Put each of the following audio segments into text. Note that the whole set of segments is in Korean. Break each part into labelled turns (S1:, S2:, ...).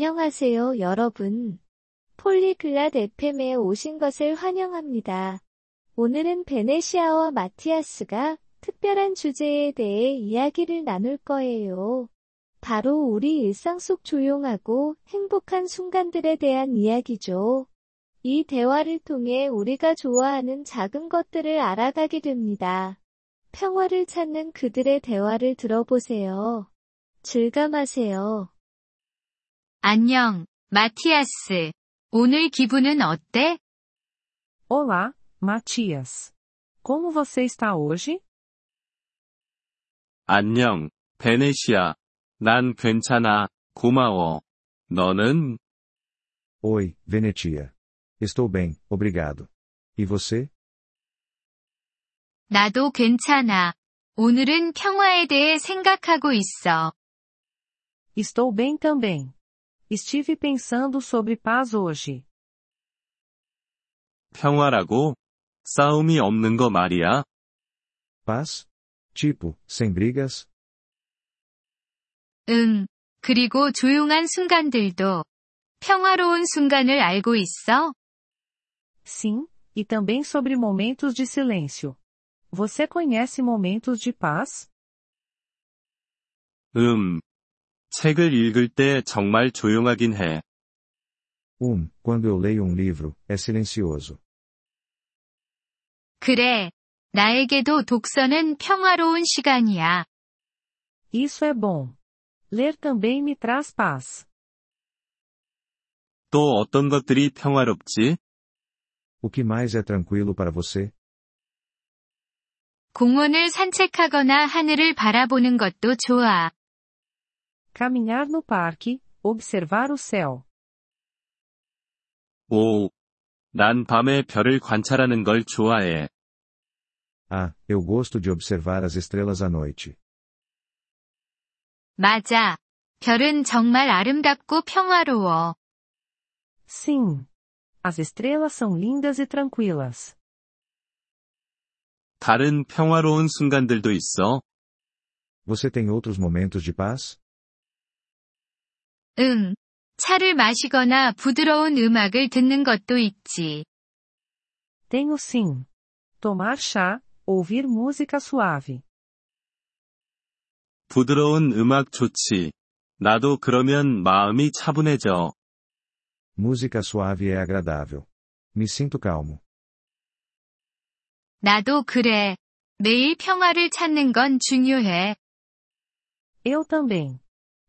S1: 안녕하세요, 여러분. 폴리글랏 FM에 오신 것을 환영합니다. 오늘은 베네시아와 마티아스가 특별한 주제에 대해 이야기를 나눌 거예요. 바로 우리 일상 속 조용하고 행복한 순간들에 대한 이야기죠. 이 대화를 통해 우리가 좋아하는 작은 것들을 알아가게 됩니다. 평화를 찾는 그들의 대화를 들어보세요. 즐감하세요.
S2: 안녕, 마티아스. 오늘 기분은 어때?
S3: Olá, Matias. Como você está hoje?
S4: 안녕, 베네시아. 난 괜찮아, 고마워. 너는?
S5: Oi, Venetia. Estou bem, obrigado. E você?
S2: 나도 괜찮아. 오늘은 평화에 대해 생각하고 있어.
S3: Estou bem também. Estive pensando sobre paz hoje.
S4: 평화라고? 싸움이 없는 거 말이야?
S5: Paz? Tipo, sem brigas?
S2: 응. 그리고 조용한 순간들도. 평화로운 순간을 알고 있어?
S3: Sim, e também sobre momentos de silêncio. Você conhece momentos de paz?
S4: 음. 책을 읽을 때 정말 조용하긴 해.
S5: Um, quando eu leio um livro, é silencioso.
S2: 그래. 나에게도 독서는 평화로운 시간이야.
S3: Isso é bom. Ler também me traz paz.
S4: 또 어떤 것들이 평화롭지?
S5: O que mais é tranquilo para você?
S2: 공원을 산책하거나 하늘을 바라보는 것도 좋아.
S3: Caminhar no parque, observar o céu.
S4: 오. 난 밤에 별을 관찰하는 걸 좋아해.
S5: Ah, eu gosto de observar as estrelas à noite.
S2: 맞아. 별은 정말 아름답고 평화로워.
S3: Sim. As estrelas são lindas e tranquilas.
S4: 다른 평화로운 순간들도 있어.
S5: Você tem outros momentos de paz?
S2: 응. 차를 마시거나 부드러운 음악을 듣는 것도 있지.
S3: Tenho sim. Tomar chá, ouvir música suave.
S4: 부드러운 음악 좋지. 나도 그러면 마음이 차분해져.
S5: Música suave é agradável. Me sinto calmo.
S2: 나도 그래. 매일 평화를 찾는 건 중요해.
S3: Eu também.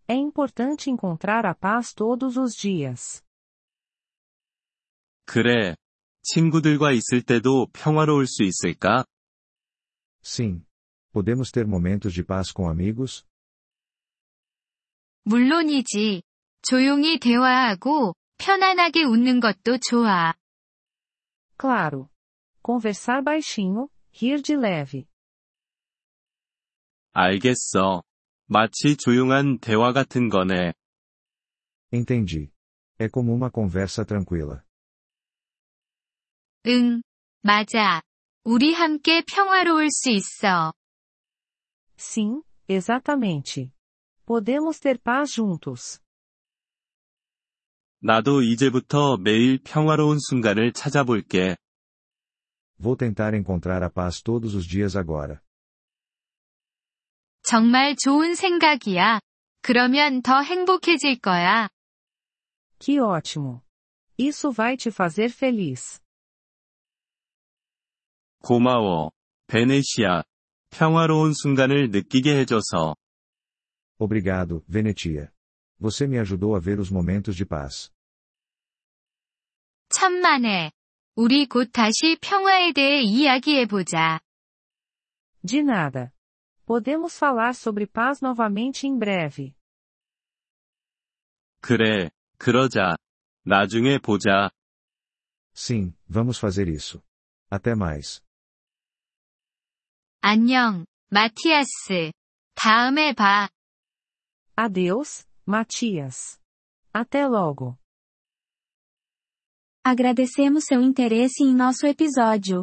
S3: É importante encontrar a paz todos os dias.
S4: 그래. 친구들과 있을 때도 평화로울 수 있을까?
S5: Sim. Podemos ter momentos de paz com amigos?
S2: 물론이지. 조용히 대화하고 편안하게 웃는 것도 좋아.
S3: Claro. Conversar baixinho, rir de leve.
S4: 알겠어. 마치 조용한 대화 같은 거네.
S5: Entendi. É como uma conversa tranquila.
S2: 응. 맞아. 우리 함께 평화로울 수 있어.
S3: Sim, exatamente. Podemos ter paz juntos.
S4: 나도 이제부터 매일 평화로운 순간을 찾아볼게.
S5: Vou tentar encontrar a paz todos os dias agora.
S2: 정말 좋은 생각이야. 그러면 더 행복해질 거야.
S3: Que ótimo! Isso vai te fazer feliz.
S4: 고마워. 베네시아. 평화로운 순간을 느끼게 해줘서.
S5: Obrigado, Venetia. Você me ajudou a ver os momentos de paz.
S2: 천만에. 우리 곧 다시 평화에 대해 이야기해보자.
S3: De nada. Podemos falar sobre paz novamente em breve.
S4: 그래. 그러자. 나중에 보자.
S5: Sim, vamos fazer isso. Até mais.
S2: 안녕, 마티아스. 다음에 봐.
S3: Adeus, Matias. Até logo.
S6: Agradecemos seu interesse em nosso episódio.